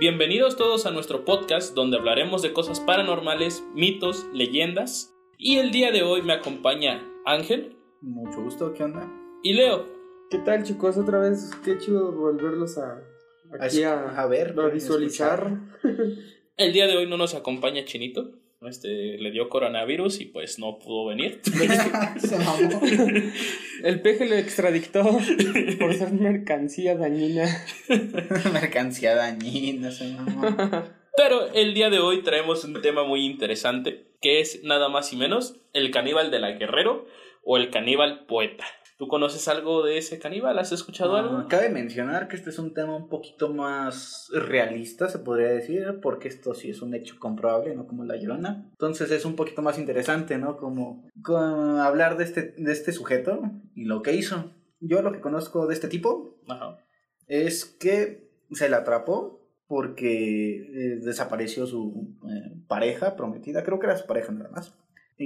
Bienvenidos todos a nuestro podcast donde hablaremos de cosas paranormales, mitos, leyendas. Y el día de hoy me acompaña Ángel Mucho gusto, ¿qué onda? y Leo. ¿Qué tal chicos? Otra vez, qué chido volverlos a, aquí a, a ver, a visualizar. El día de hoy no nos acompaña Chinito. Este le dio coronavirus y pues no pudo venir. escuchar. Se mamó. El peje lo extradictó por ser mercancía dañina. Mercancía dañina, se mamó. Pero el día de hoy traemos un tema muy interesante que es nada más y menos el caníbal de la guerrero o el caníbal poeta. ¿Tú conoces algo de ese caníbal? ¿Has escuchado algo? Ah, Cabe mencionar que este es un tema un poquito más realista, se podría decir, porque esto sí es un hecho comprobable, no como la llorona. Entonces es un poquito más interesante, ¿no? Como, como hablar de este, de este sujeto y lo que hizo. Yo lo que conozco de este tipo Ajá. es que se la atrapó porque eh, desapareció su eh, pareja prometida, creo que era su pareja nada más.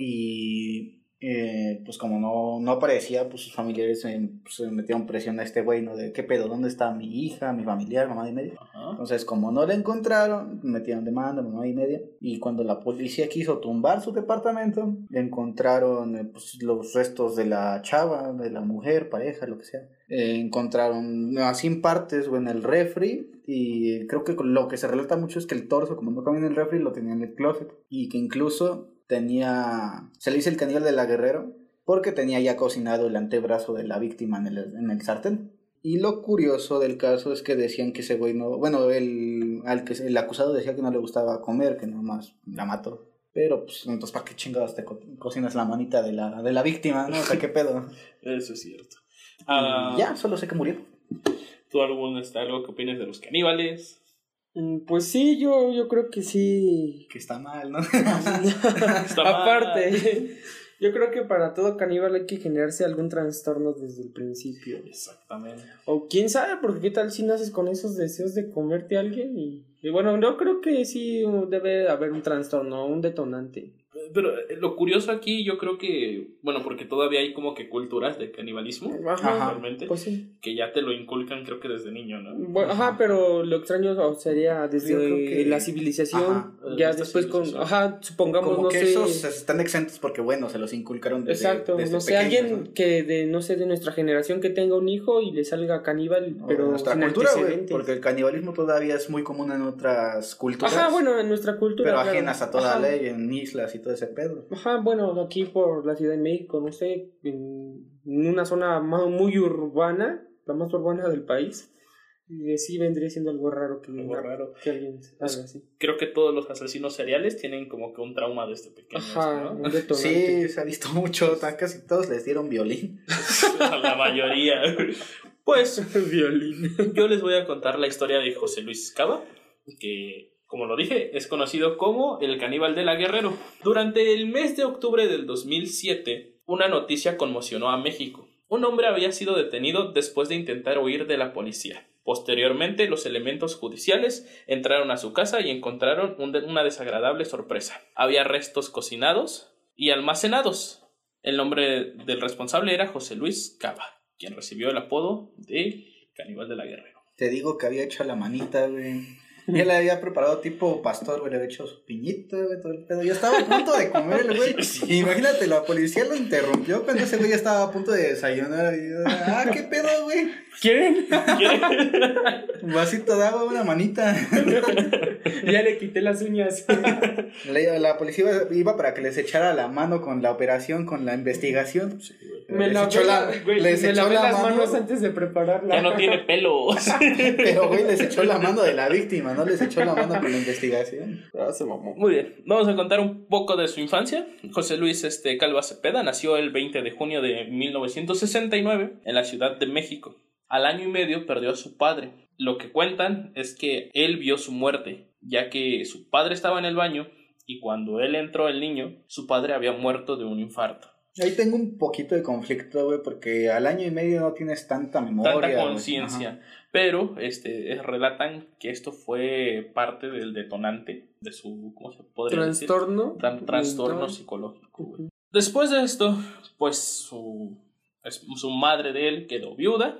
Y eh, pues como no, no aparecía, pues sus familiares se, se metieron presión a este güey, ¿no? De qué pedo, ¿dónde está mi hija, mi familiar, mamá y media? Ajá. Entonces como no la encontraron, metieron demanda, mamá y media. Y cuando la policía quiso tumbar su departamento, encontraron eh, pues, los restos de la chava, de la mujer, pareja, lo que sea. Eh, encontraron así en partes o en el refri. Y creo que lo que se relata mucho es que el torso, como no cabía en el refri, lo tenía en el closet. Y que incluso tenía. Se le dice el caníbal de la guerrero. Porque tenía ya cocinado el antebrazo de la víctima en el, en el sartén. Y lo curioso del caso es que decían que ese güey no. Bueno, el, al que, el acusado decía que no le gustaba comer, que nomás la mató. Pero, pues, entonces, ¿para qué chingados te co- cocinas la manita de la, de la víctima? ¿No? O sea, ¿qué pedo? Eso es cierto. Ah, Y ya, solo sé que murió. ¿Tú algún, este, algo que opinas de los caníbales? Mm, Pues sí, yo, yo creo que sí. Que está mal, ¿no? Está mal. Aparte, yo creo que para todo caníbal hay que generarse algún trastorno desde el principio. Exactamente. O quién sabe, porque qué tal si naces con esos deseos de comerte a alguien y, y bueno, yo creo que sí debe haber un trastorno, un detonante. Pero eh, lo curioso aquí, yo creo que, bueno, porque todavía hay como que culturas de canibalismo, Ajá. realmente, Pues sí. que ya te lo inculcan creo que desde niño, ¿no? Bueno, ajá. Ajá. pero lo extraño o, sería Yo desde creo que- la civilización, Ajá, ya esta después con, civilización. ajá, supongamos, Como no que sé, esos están exentos porque, bueno, se los inculcaron desde exacto, desde no sé, pequeños, alguien ¿no? que de, no sé, de nuestra generación que tenga un hijo y le salga caníbal, O pero nuestra sin cultura, güey, antecedentes. porque el canibalismo todavía es muy común en otras culturas. Ajá, bueno, en nuestra cultura, Pero claro. ajenas a toda Ajá. ley, en islas y todo ese pedo. Ajá, bueno, aquí por la Ciudad de México, no sé, en, en una zona ma- muy urbana, la más urbana del país, eh, sí vendría siendo algo raro que, Algo raro. que alguien haga así. Creo que todos los asesinos seriales tienen como que un trauma de este pequeño. Ajá, ¿no? un detonante. Sí, se ha visto mucho, ta- casi todos les dieron violín. A la mayoría. Pues, Violín. yo les voy a contar la historia de José Luis Cava, que, como lo dije, es conocido como el caníbal de la Guerrero. Durante el mes de octubre del 2007, una noticia conmocionó a México. Un hombre había sido detenido después de intentar huir de la policía. Posteriormente, los elementos judiciales entraron a su casa y encontraron un de- una desagradable sorpresa. Había restos cocinados y almacenados. El nombre del responsable era José Luis Cava, quien recibió el apodo de Caníbal de la Guerrero. Te digo que había hecho la manita, güey. Ya le había preparado tipo pastor, güey, le había hecho su piñita, güey, todo el pedo. Ya estaba a punto de comer, güey. Imagínate, la policía lo interrumpió cuando ese güey ya estaba a punto de desayunar. Y, ah, qué pedo, güey. ¿Quieren? Un vasito de agua, una manita. ya le quité las uñas. Le- La policía iba- iba para que les echara la mano con la operación, con la investigación. me les lavé echó la, la- güey, les me echó lavé la las mano. manos antes de prepararla. Ya no tiene pelos. Pero, güey, les echó la mano de la víctima, no les echó la mano con la investigación. Ah, se mamó. Muy bien, vamos a contar un poco de su infancia. José Luis este, Calva Cepeda nació el 20 de junio de 1969 en la Ciudad de México. Al año y medio perdió a su padre. Lo que cuentan es que él vio su muerte, ya que su padre estaba en el baño y cuando él entró el niño, su padre había muerto de un infarto. Ahí tengo un poquito de conflicto, güey, porque al año y medio no tienes tanta memoria. tanta güey. conciencia. Pero este, eh, relatan que esto fue parte del detonante de su, ¿cómo se podría decir? Trastorno. Tan- trastorno mental. psicológico. güey. Ujú. Después de esto, pues su, es- su madre de él quedó viuda,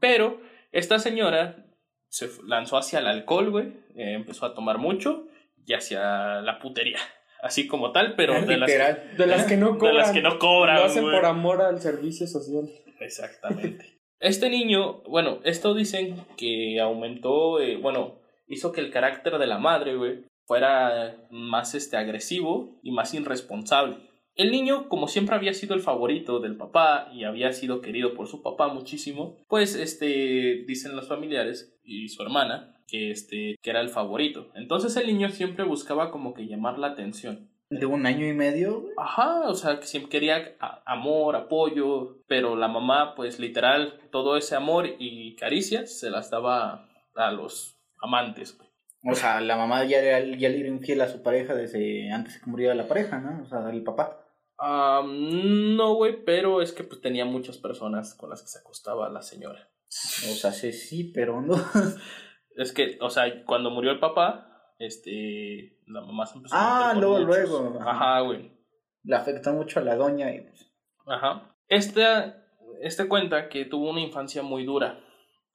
pero esta señora se fu- lanzó hacia el alcohol, güey. eh, empezó a tomar mucho y hacia la putería. Así como tal, pero de las, de Literal. De las que no cobran. las que no cobran. Lo hacen güey. por amor al servicio social. Exactamente. Este niño, bueno, esto dicen que aumentó, eh, bueno, hizo que el carácter de la madre, güey, fuera más este, agresivo y más irresponsable. El niño, como siempre había sido el favorito del papá y había sido querido por su papá muchísimo, pues este dicen los familiares y su hermana que este que era el favorito. Entonces el niño siempre buscaba como que llamar la atención. De un año y medio, güey. Ajá, o sea, que siempre quería a- amor, apoyo, pero la mamá, pues literal, todo ese amor y caricias se las daba a los amantes. güey. O sea, la mamá ya, era- ya le era infiel a su pareja desde antes que muriera la pareja, ¿no? O sea, el papá. Ah, no, güey, pero es que pues tenía muchas personas con las que se acostaba la señora. O sea, sí, sí, pero no. Es que, o sea, cuando murió el papá, este, la mamá se empezó Ah, meter con luego, muchos. luego. Ajá, güey. Le afectó mucho a la doña y pues, Ajá. Esta, este cuenta que tuvo una infancia muy dura.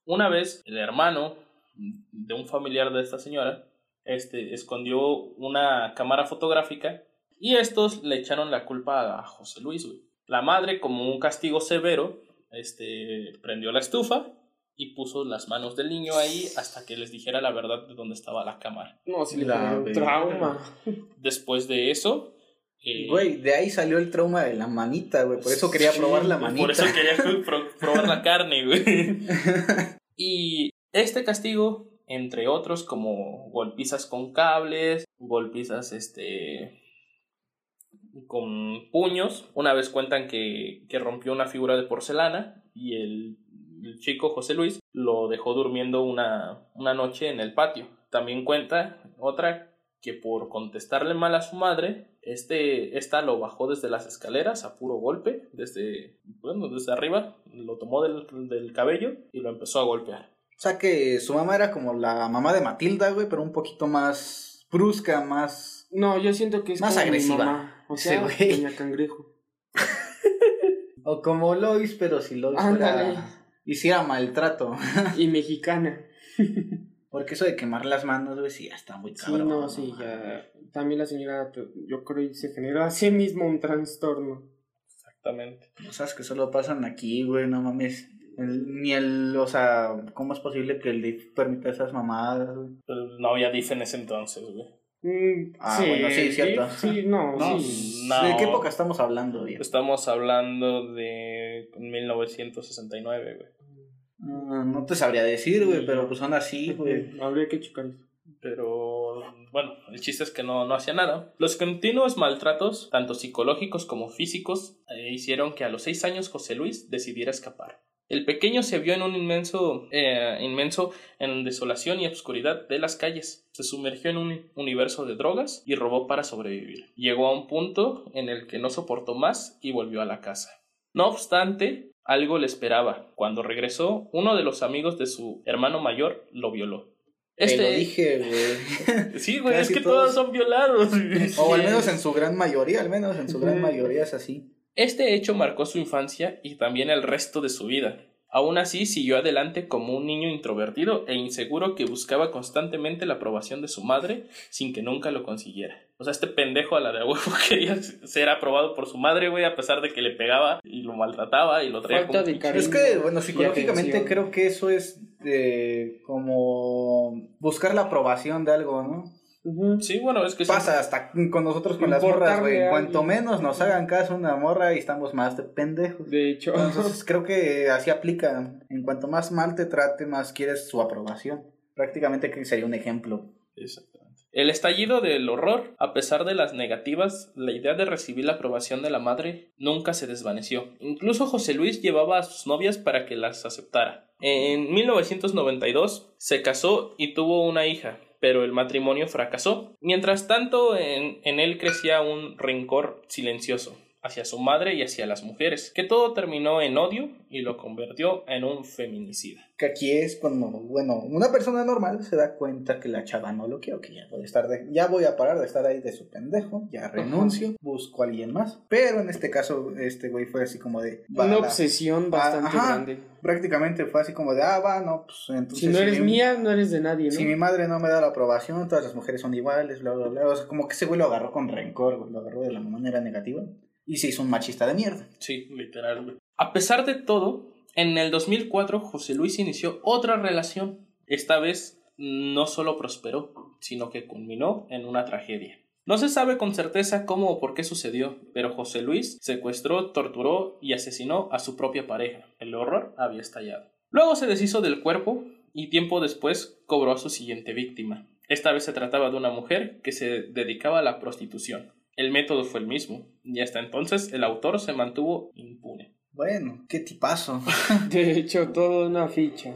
Una vez, el hermano de un familiar de esta señora este, escondió una cámara fotográfica y estos le echaron la culpa a José Luis. güey. La madre, como un castigo severo, este, prendió la estufa y puso las manos del niño ahí hasta que les dijera la verdad de dónde estaba la cámara. No, si le La generó un verga. trauma. Después de eso... eh, Güey, de ahí salió el trauma de la manita, güey. Por eso quería Sí, probar la güey, manita. Por eso quería pro- probar la carne, güey. Y este castigo, entre otros, como golpizas con cables, golpizas este con puños. Una vez cuentan que, que rompió una figura de porcelana y el, el chico José Luis lo dejó durmiendo una, una noche en el patio. También cuenta otra que por contestarle mal a su madre, este, esta lo bajó desde las escaleras a puro golpe, desde, bueno, desde arriba, lo tomó del, del cabello y lo empezó a golpear. O sea que su mamá era como la mamá de Matilda, güey, pero un poquito más brusca, más. No, yo siento que es Más como mi agresiva. mamá. O Sí, sea, güey. doña cangrejo. O como Lois, pero si Lois Ándale. fuera. Hiciera maltrato. Y mexicana. Porque eso de quemar las manos, güey, sí, ya está muy Sí, cabrón. no, sí, ya. También la señora, te- yo creo que se generó a sí mismo un trastorno. Exactamente. Cosas que solo pasan aquí, güey, no mames. El- ni el. O sea, ¿cómo es posible que el DIF permita esas mamadas, güey? Pero no había DIF en ese entonces, güey. Mm, Ah, bueno, sí, cierto. Sí, no, No, sí. No. Pues- ¿De qué época estamos hablando, güey? Estamos hablando de 1969, güey. Mm, no te sabría decir, güey, pero pues son así, güey. Habría que checar eso. Pero bueno, el chiste es que no, no hacía nada. Los continuos maltratos, tanto psicológicos como físicos, eh, hicieron que a los seis años José Luis decidiera escapar. El pequeño se vio en un inmenso, eh, inmenso en desolación y obscuridad de las calles. Se sumergió en un universo de drogas y robó para sobrevivir. Llegó a un punto en el que no soportó más y volvió a la casa. No obstante, algo le esperaba. Cuando regresó, uno de los amigos de su hermano mayor lo violó. Este Te Este- lo dije, güey. Sí, güey, Casi es que todos todos. son violados. güey. o al menos en su gran mayoría, al menos en su gran Ujú. mayoría es así. Este hecho marcó su infancia y también el resto de su vida. Aún así, siguió adelante como un niño introvertido e inseguro que buscaba constantemente la aprobación de su madre sin que nunca lo consiguiera. O sea, este pendejo a la de huevo quería ser aprobado por su madre, güey, a pesar de que le pegaba y lo maltrataba y lo traía Falta como de pinche- cariño. Es que, bueno, psicológicamente atención. creo que eso es eh, como buscar la aprobación de algo, ¿no? Ujú. Sí, bueno, es que Pasa hasta con nosotros con las Pues Importarle morras, güey. a En cuanto alguien. menos nos hagan caso una morra y estamos más de pendejos. De hecho, Entonces creo que así aplica. En cuanto más mal te trate, más quieres su aprobación. Prácticamente que sería un ejemplo. Exactamente. El estallido del horror, a pesar de las negativas, la idea de recibir la aprobación de la madre nunca se desvaneció. Incluso José Luis llevaba a sus novias para que las aceptara. En 1992 se casó y tuvo una hija, pero el matrimonio fracasó. Mientras tanto, en, en él crecía un rencor silencioso hacia su madre y hacia las mujeres, que todo terminó en odio y lo convirtió en un feminicida. Que aquí es cuando, bueno, una persona normal se da cuenta que la chava no lo quiero, que ya voy a estar, de- ya voy a parar de estar ahí de su pendejo, ya renuncio, busco a alguien más. Pero en este caso, este güey fue así como de. va, Una la- obsesión va- bastante Ah, ajá. grande. prácticamente fue así como de, ah, va, no, pues entonces. Si no eres mi- mía, no eres de nadie, ¿no? Si mi madre no me da la aprobación, todas las mujeres son iguales, bla, bla, bla. O sea, como que ese güey lo agarró con rencor, güey, lo agarró de la manera negativa y se hizo un machista de mierda. Sí, literal. güey. A pesar de todo, en el 2004 José Luis inició otra relación. Esta vez no solo prosperó, sino que culminó en una tragedia. No se sabe con certeza cómo o por qué sucedió, pero José Luis secuestró, torturó y asesinó a su propia pareja. El horror había estallado. Luego se deshizo del cuerpo y tiempo después cobró a su siguiente víctima. Esta vez se trataba de una mujer que se dedicaba a la prostitución. El método fue el mismo, y hasta entonces el autor se mantuvo impune. Bueno, qué tipazo. De hecho, todo una ficha.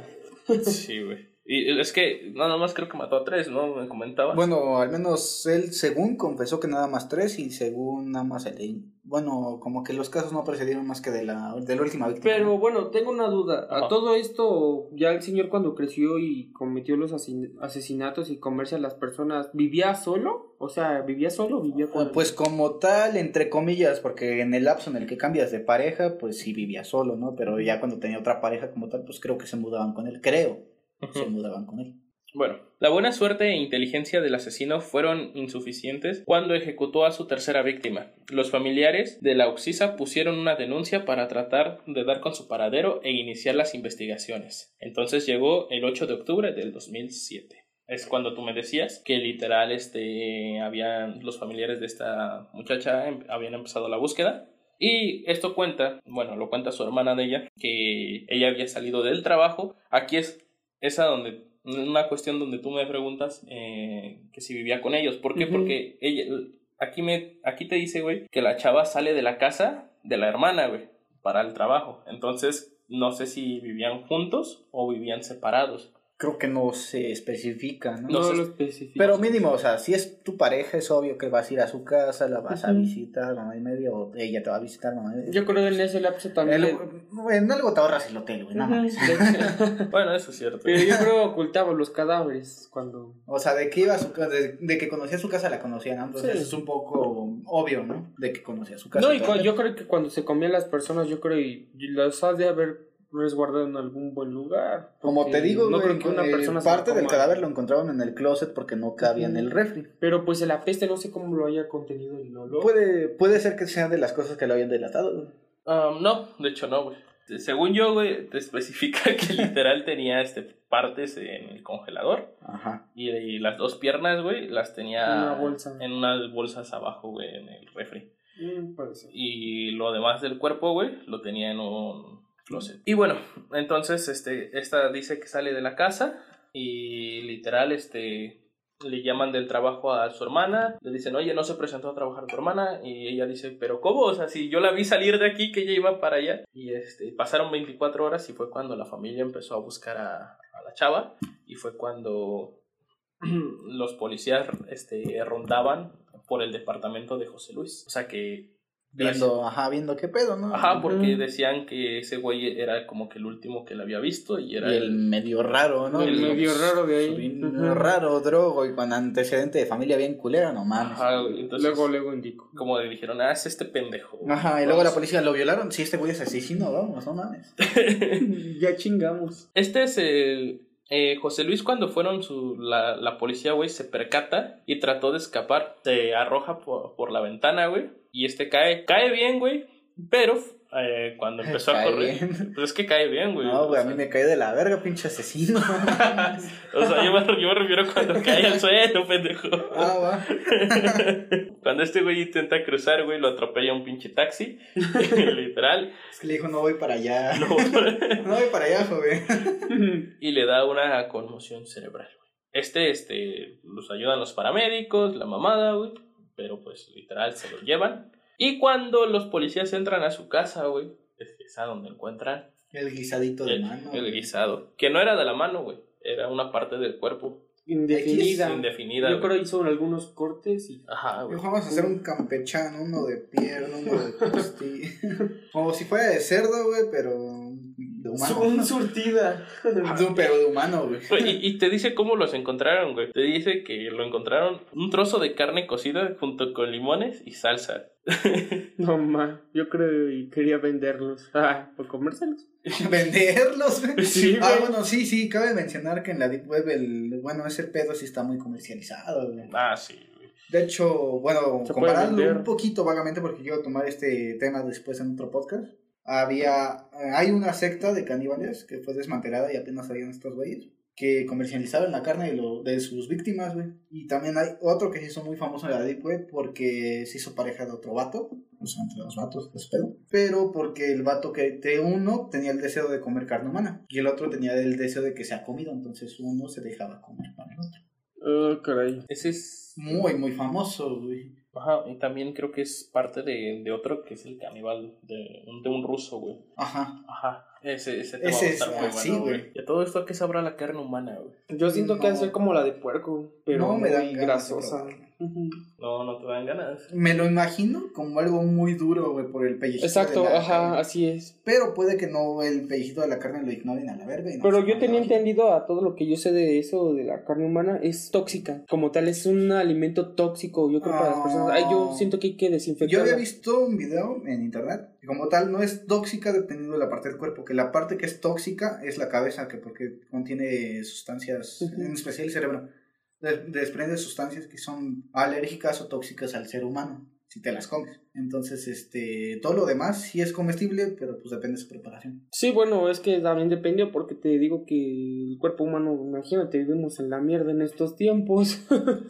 Sí, güey. Y es que nada más creo que mató a tres, ¿no? Me comentaba. Bueno, al menos él, según confesó que nada más tres y según nada más el. Bueno, como que los casos no precedieron más que de la, de la última víctima. Pero bueno, tengo una duda. A Ajá. todo esto, ya el señor cuando creció y cometió los asin- asesinatos y comerse a las personas, ¿vivía solo? O sea, ¿vivía solo o vivía con O, Pues como tal, entre comillas, porque en el lapso en el que cambias de pareja, pues sí vivía solo, ¿no? Pero ya cuando tenía otra pareja como tal, pues creo que se mudaban con él, creo, se Ujú. mudaban con él. Bueno, la buena suerte e inteligencia del asesino fueron insuficientes cuando ejecutó a su tercera víctima. Los familiares de la Oxisa pusieron una denuncia para tratar de dar con su paradero e iniciar las investigaciones. Entonces llegó el 8 de octubre del 2007. Es cuando tú me decías que literal este habían los familiares de esta muchacha em- habían empezado la búsqueda y esto cuenta, bueno, lo cuenta su hermana de ella, que ella había salido del trabajo. Aquí es esa donde una cuestión donde tú me preguntas eh, que si vivía con ellos. ¿Por qué? Ujú. Porque ella, aquí, me, aquí te dice, güey, que la chava sale de la casa de la hermana, güey, para el trabajo. Entonces, no sé si vivían juntos o vivían separados. Creo que no se especifica, ¿no? No. No, sé. lo especifico. Pero mínimo, o sea, si es tu pareja, es obvio que vas a ir a su casa, la vas a Ujú. visitar, mamá y medio, o ella te va a visitar, mamá y medio. Yo creo que en ese lapso también... El- en algo te ahorras el hotel, güey, nada Ujú, más. de hecho. Bueno, eso es cierto. Pero yo creo que ocultaba los cadáveres cuando... O sea, de que iba a su casa, de, de que conocía su casa, la conocían, ¿no? Entonces Sí. es un poco obvio, ¿no? De que conocía su casa. No, y todo. cu- yo creo que cuando se comían las personas, yo creo que las has de haber resguardado en algún buen lugar. Como porque te digo, no güey, creo que una eh, persona se la parte del coma. cadáver lo encontraron en el closet porque no cabía en el refri. Pero pues la peste no sé cómo lo haya contenido el olor. Puede, puede ser que sea de las cosas que lo hayan delatado. güey. Um, no, de hecho no, güey. Según yo, güey, te especifica que literal tenía este, partes en el congelador. Ajá. Y, y las dos piernas, güey, las tenía En una bolsa. en unas bolsas abajo, güey, en el refri. Mm, puede ser. Y lo demás del cuerpo, güey, lo tenía en un closet. Y bueno, entonces, este, esta dice que sale de la casa y literal, este, le llaman del trabajo a su hermana, le dicen, oye, no se presentó a trabajar tu hermana, y ella dice, pero ¿cómo? O sea, si yo la vi salir de aquí, que ella iba para allá, y este, pasaron 24 horas y fue cuando la familia empezó a buscar a, a la chava, y fue cuando los policías este, rondaban por el departamento de José Luis, o sea que... Viendo, ajá, viendo qué pedo, ¿no? Ajá, porque Ujú. decían que ese güey era como que el último que la había visto y Y era el medio raro, ¿no? El Digo, medio pues, raro de ahí. su medio Ujú. raro, drogo y con antecedente de familia bien culera, no mames. Ajá, güey, entonces, luego, luego indico. como le dijeron, ah, es este pendejo. Ajá, y luego la Vamos. policía lo violaron. Sí, este güey es asesino, vamos, no mames. ya chingamos. Este es el. eh, José Luis, cuando fueron su, la, la policía, güey, se percata y trató de escapar. Se arroja por, por la ventana, güey. Y este cae. Cae bien, güey. Pero eh, cuando empezó a Cae correr. bien. Pues es que cae bien, güey. No, güey, a O mí sea, me cae de la verga, pinche asesino. Ah, O sea, yo me, yo me refiero cuando cae al suelo, pendejo. ah, va. Cuando este güey intenta cruzar, güey, lo atropella un pinche taxi. literal. Es que le dijo, no voy para allá. Lo- No voy para allá, joven. y le da una conmoción cerebral. güey. Este, este, los ayudan los paramédicos, la mamada, güey, pero pues literal se lo llevan. Y cuando los policías entran a su casa, güey, es que es a donde encuentran El guisadito de el, mano. el güey. guisado, que no era de la mano, güey, era una parte del cuerpo. indefinida. Indefinida. Yo güey. creo hizo algunos cortes y Ajá, güey. Vamos a hacer un campechano, uno de pierna, uno de costilla. Como si fuera de cerdo, güey, pero de humano. un surtida. Du- Pero de humano, güey. Y, y te dice cómo los encontraron, güey. Te dice que lo encontraron un trozo de carne cocida junto con limones y salsa. No ma, yo creo y quería venderlos. Ah, por comérselos. Venderlos, güey. Sí, ah, güey. bueno, sí, sí, cabe mencionar que en la Deep Web, el, bueno, ese pedo sí está muy comercializado, güey. Ah, sí, güey. De hecho, bueno, Se puede comparándolo vender. un poquito vagamente, porque quiero tomar este tema después en otro podcast. Había, eh, hay una secta de caníbales que fue desmantelada y apenas salían estos güeyes que comercializaban la carne de, lo- de sus víctimas, güey. Y también hay otro que se hizo muy famoso en la Deep Web porque se hizo pareja de otro vato, o sea, entre los vatos, pues, pedo. Pero porque el vato que de uno tenía el deseo de comer carne humana y el otro tenía el deseo de que sea comido, entonces uno se dejaba comer para el otro. Ah, caray. Ese es. Muy, muy famoso, güey. Ajá, y también creo que es parte de, de otro que es el caníbal de, un- de un ruso, güey. Ajá. Ajá. Ese, ese tema Ese va a es- estar muy ah, sí, bueno, güey. güey. ¿Y a todo esto a qué sabrá la carne humana, güey? Yo siento que No. va a ser como la de puerco, pero No, me muy dan ganas de grasosa. probarla. Ujú. No, no te dan ganas. Me lo imagino como algo muy duro, güey, por el pellejito. Exacto, de la ajá, carne. así es. Pero puede que no el pellejito de la carne lo ignoren a la verga. y no Pero se yo coman tenía la otra. entendido a todo lo que yo sé de eso, de la carne humana, es tóxica. Como tal, es un alimento tóxico, yo creo, para las personas. Ay, yo siento que hay que Ah. Yo desinfectarla. había visto un video en internet que como tal no es tóxica dependiendo de la parte del cuerpo, que la parte que es tóxica es la cabeza, que porque contiene sustancias, Ujú. en especial el cerebro, de- desprende sustancias que son alérgicas o tóxicas al ser humano, si te las comes. Entonces, este, todo lo demás sí es comestible, pero pues depende de su preparación. Sí, bueno, es que también depende porque te digo que el cuerpo humano, imagínate, vivimos en la mierda en estos tiempos.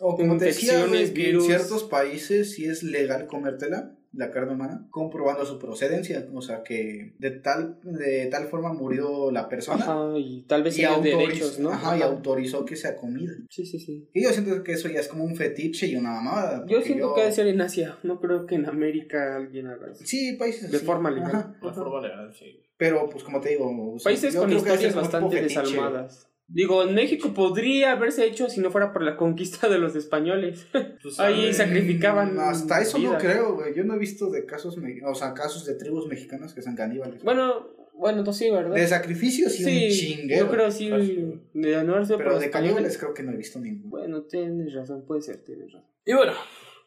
O como te decía, güey, Infecciones, que en virus. ciertos países sí es legal comértela, la carne humana, comprobando su procedencia. O sea, que de tal, de tal forma murió la persona Ajá, y tal vez y, sean autoriz- derechos, ¿no? ajá, y autorizó que sea comida. Sí, sí, sí. Y yo siento que eso ya es como un fetiche y una mamada. Yo porque siento que debe ser en Asia, no creo que en América alguien haga eso. Sí, países de así, forma ajá. legal. La forma legal, sí. Pero, pues, como te digo... o sea, Países yo con creo que ese historias es un bastante fetiche. desalmadas. Digo, en México podría haberse hecho si no fuera por la conquista de los españoles. Pues, Ahí ah, se- sacrificaban Mm, Hasta eso no vidas. creo, güey. Yo no he visto de casos, me- o sea, casos de tribus mexicanas que sean caníbales. bueno, bueno, entonces sí, ¿verdad? De sacrificios y un sí, chinguero. yo creo sí, Así. de no haber sido por Pero los de españoles. caníbales creo que no he visto ninguno. Bueno, tienes razón, puede ser, tienes razón. Y bueno,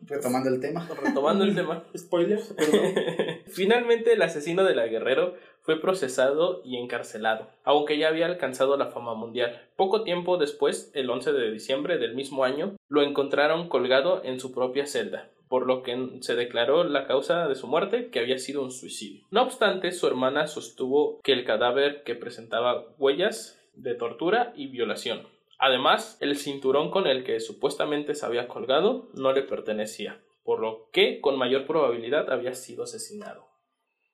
Retomando el tema. retomando el tema. Spoilers, perdón. Finalmente, el asesino de la Guerrero fue procesado y encarcelado, aunque ya había alcanzado la fama mundial. Poco tiempo después, el 11 de diciembre del mismo año, lo encontraron colgado en su propia celda, por lo que se declaró la causa de su muerte que había sido un suicidio. No obstante, su hermana sostuvo que el cadáver que presentaba huellas de tortura y violación. Además, el cinturón con el que supuestamente se había colgado no le pertenecía por lo que con mayor probabilidad había sido asesinado.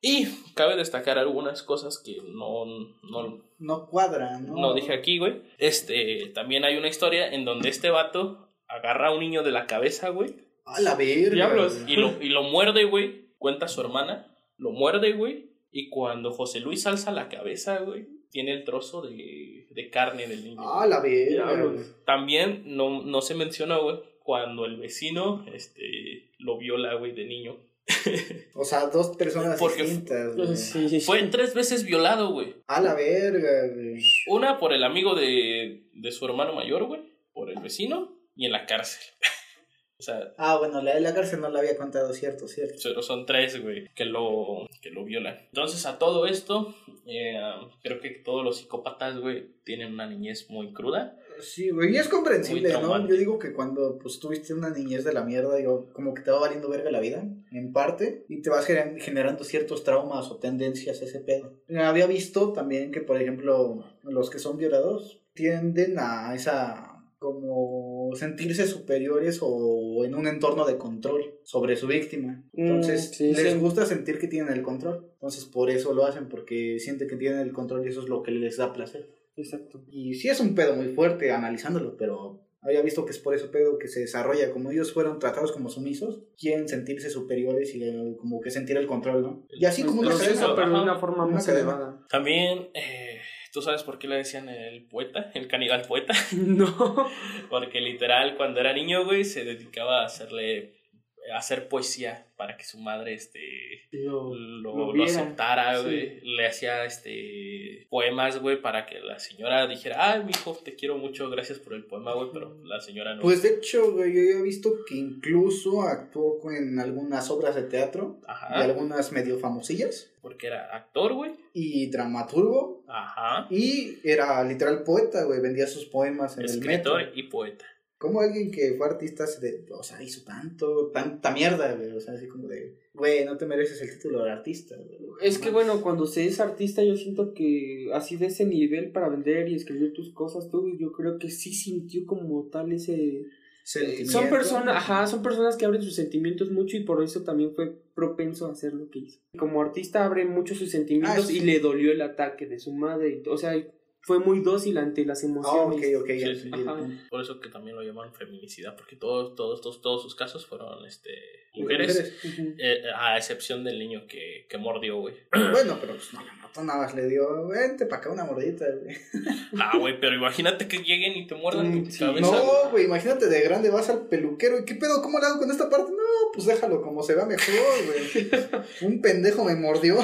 Y cabe destacar algunas cosas que no, no, No cuadra, ¿no? no dije aquí, güey. Este, también hay una historia en donde este vato agarra a un niño de la cabeza, güey, A la verga. Diablos. y lo, y lo muerde, güey. Cuenta su hermana, lo muerde, güey. Y cuando José Luis alza la cabeza, güey, tiene el trozo de, de carne del niño. A la verga. Diablos. güey. También no, no se menciona, güey, cuando el vecino este, lo viola, güey, de niño. O sea, dos personas Porque- distintas. güey. Sí, sí, sí. Fue tres veces violado, güey. A la verga, güey. Una por el amigo de, de su hermano mayor, güey. Por el vecino. Y en la cárcel. o sea, Ah, bueno, la de la cárcel no la había contado, cierto, cierto. pero son tres, güey, que lo, que lo violan. Entonces, a todo esto, eh, creo que todos los psicópatas, güey, tienen una niñez muy cruda. Sí, güey, y es comprensible, Muy ¿no? traumante. Yo digo que cuando pues tuviste una niñez de la mierda, yo como que te va valiendo verga la vida, en parte, y te vas gener- generando ciertos traumas o tendencias a ese pedo. Había visto también que, por ejemplo, los que son violados tienden a esa como sentirse superiores o en un entorno de control sobre su víctima. Mm, Entonces, sí, les sí. gusta sentir que tienen el control. Entonces, por eso lo hacen, porque sienten que tienen el control y eso es lo que les da placer. Exacto. Y sí es un pedo muy fuerte analizándolo, pero había visto que es por ese pedo que se desarrolla. Como ellos fueron tratados como sumisos, quieren sentirse superiores y eh, como que sentir el control, ¿no? Y así como una Proceso, Ajá. cadena. pero de una forma Una más cadena. elevada. También eh, ¿Tú sabes por qué le decían el poeta? El caníbal poeta. No. Porque literal, cuando era niño, güey, se dedicaba a hacerle. a hacer poesía para que su madre, este. Lo, lo, lo lo viera. aceptara, sí. güey. Le hacía, este. poemas, güey, para que la señora dijera, ay, mijo, te quiero mucho, gracias por el poema, güey, pero la señora no. Pues de hecho, güey, yo ya he visto que incluso actuó con- en algunas obras de teatro y Ajá. algunas medio famosillas Porque era actor, güey. y dramaturgo Ajá. y era literal poeta, güey, vendía sus poemas en el metro. Escritor y poeta. Como alguien que fue artista, se de- o sea, hizo tanto, tanta mierda, güey, o sea, así como de, güey, no te mereces el título de artista. güey. Es que bueno, cuando se es artista, yo siento que así de ese nivel para vender y escribir tus cosas, tú, yo creo que sí sintió como tal ese. Sentimiento. Son personas, ajá, son personas que abren sus sentimientos mucho y por eso también fue propenso a hacer lo que hizo. Como artista abre mucho sus sentimientos Ah, sí. y le dolió el ataque de su madre. O sea, fue muy dócil ante las Ah, ok, emociones. ok, ya Sí, sí. entendí el Ajá. punto. Por eso que también lo llaman feminicidad, porque todos, todos, todos, todos sus casos fueron este, mujeres. Mujeres. Ujú. eh, a excepción del niño que, que mordió, güey. Bueno, pero pues no la mató nada más, le dio, vente para acá una mordidita, güey. Ah, güey, pero imagínate que lleguen y te muerdan tu Sí, cabeza. Mm, No, güey, imagínate de grande vas al peluquero y qué pedo, ¿cómo le hago con esta parte? No, pues déjalo como se va mejor, güey. Un pendejo me mordió.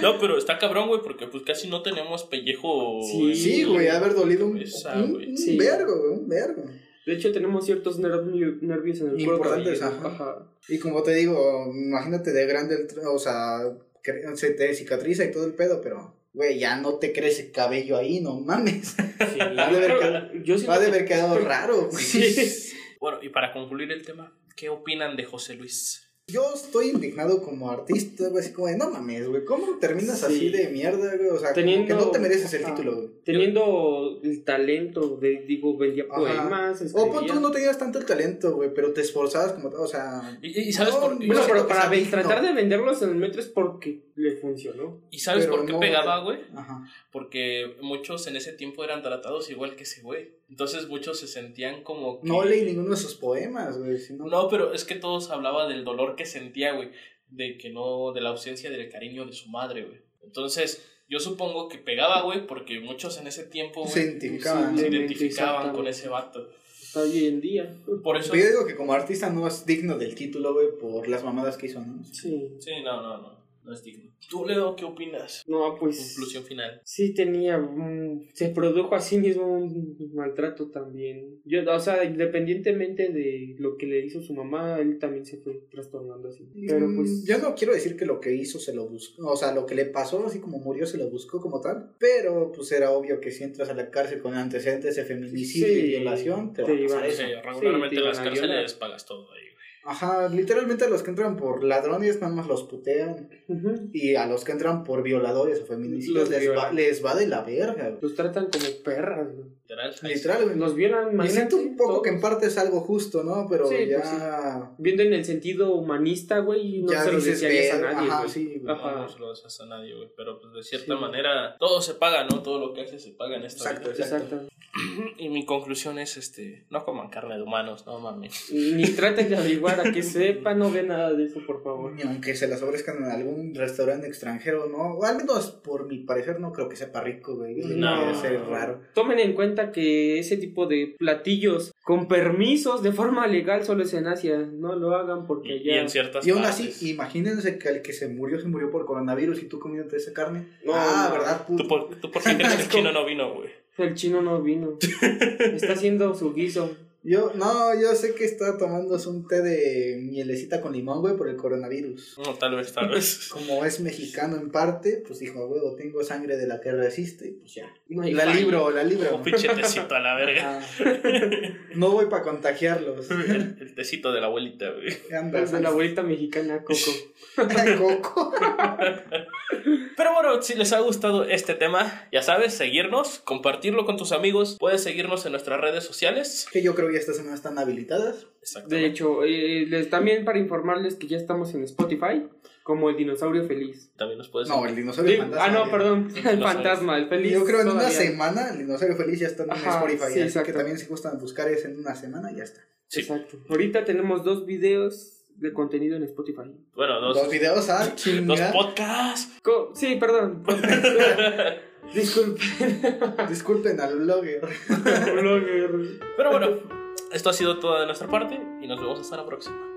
No, pero está cabrón, güey, porque pues casi no tenemos pellejo. Sí, en- Sí, güey, ha de haber dolido un, Esa, un- güey. un Sí. vergo, güey, un vergo. De hecho, tenemos ciertos nervio- nervios en el cuerpo. Importantes, y- ajá. Y como te digo, imagínate de grande, el tr- o sea, cre- se te cicatriza y todo el pedo, pero, güey, ya no te crece cabello ahí, no mames. Sí. Ha de haber quedado- Yo siento Va de que- haber quedado raro, güey. Sí. Bueno, y para concluir el tema, ¿qué opinan de José Luis? Yo estoy indignado como artista, güey, así como de, no mames, güey, ¿cómo terminas Sí. así de mierda, güey? O sea, como Teniendo- que no te mereces el Ajá. título, güey. Teniendo el talento de, digo, vendía Ajá. poemas, O pon escribía. tú no tenías tanto el talento, güey, pero te esforzabas como, o sea... ¿Y, y- y sabes No, por qué? yo Bueno, siento pero que para está ven- digno. tratar de venderlos en el metro es porque le funcionó. ¿Y sabes pero por qué no, pegaba, güey. güey? Ajá. Porque muchos en ese tiempo eran tratados igual que ese güey. Entonces muchos se sentían como que... No leí ninguno de sus poemas, güey, sino... No, pero es que todos hablaba del dolor que sentía, güey. De que no, de la ausencia del cariño de su madre, güey. Entonces, yo supongo que pegaba, güey, porque muchos en ese tiempo, se güey, identificaban. se Sí, identificaban Exactamente. con ese vato. Está hoy en día. Por eso. Yo digo que como artista no es digno del título, güey, por las mamadas que hizo, ¿no? Sí. Sí, no, no, no. No es digno. ¿Tú, Leo, qué opinas? No, pues. Conclusión final. Sí tenía, mm, se produjo a sí mismo un maltrato también. Yo, o sea, independientemente de lo que le hizo su mamá, él también se fue trastornando así. Pero Mm, pues, Yo no quiero decir que lo que hizo se lo buscó, o sea, lo que le pasó, así como murió, se lo buscó como tal, pero pues era obvio que si entras a la cárcel con antecedentes de feminicidio Sí, y violación, te va te a pasar iban a- eso. Sí, regularmente Sí, te en las iban a cárceles pagas todo ahí, güey. Ajá, literalmente a los que entran por ladrones nada más los putean, ujú, y a los que entran por violadores o feminicidios Los les va, violan. les va de la verga, güey. los tratan como perras. güey. Literal. ahí sí. Literal, güey. Los violan, Me siento imagínate, un poco todos. que en parte es algo justo, ¿no? Pero Sí, pues ya. Viendo en el sentido humanista, güey, no ya se lo dices, desearías a "Ver, nadie, ajá, güey. sí, güey. No, Ajá. no se lo deseas a nadie, güey. Pero pues de cierta Sí. manera, todo se paga, ¿no? Todo lo que haces se paga en esta Exacto, vida. exacto. Exacto. Y mi conclusión es, este, no coman carne de humanos, no mames. Ni traten de averiguar a que sepa, no ve nada de eso, por favor. Ni aunque se las ofrezcan en algún restaurante extranjero, ¿no? O al menos por mi parecer no creo que sepa rico, güey. No. Debe ser raro. Tomen en cuenta que ese tipo de platillos con permisos de forma legal solo es en Asia. No lo hagan porque Y, y ya. en ciertas Y aún así, partes. imagínense que el que se murió, se murió por coronavirus y tú comiéndote esa carne. No, ah, no. ¿verdad? puto? ¿Tú por, ¿Tú por qué crees que el chino no vino, güey? El chino no vino. Está haciendo su guiso. Yo, no, yo sé que está tomándose un té de mielecita con limón, güey, por el coronavirus. No, tal vez, tal vez. Como es mexicano en parte, pues dijo, huevo, tengo sangre de la que resiste, y pues ya. No hay La falla. libro, la libro. Un pinche tecito a la verga. Ah. No voy para contagiarlos. El, el tecito de la abuelita, güey. Anda, El de la abuelita mexicana, Coco. Coco. Pero bueno, si les ha gustado este tema, ya sabes, seguirnos, compartirlo con tus amigos. Puedes seguirnos en nuestras redes sociales. Que yo creo que ya estas semanas están habilitadas. De Exactamente. hecho, eh, les, también para informarles que ya estamos en Spotify como el dinosaurio feliz. También nos puedes... No, el dinosaurio Digo, fantasma. ah, no, ya. perdón. El Dinosaurio. fantasma, el feliz. Yo creo en una todavía. semana el dinosaurio feliz ya está en Ajá, Spotify. sí, así exacto. que también si gustan buscar es en una semana ya está. Sí. Exacto. Ahorita tenemos dos videos de contenido en Spotify. Bueno, Dos, dos, videos ah, a dos chingar. podcasts. Co- sí, perdón. Disculpen. Disculpen al blogger. Blogger. Pero bueno, esto ha sido todo de nuestra parte y nos vemos hasta la próxima.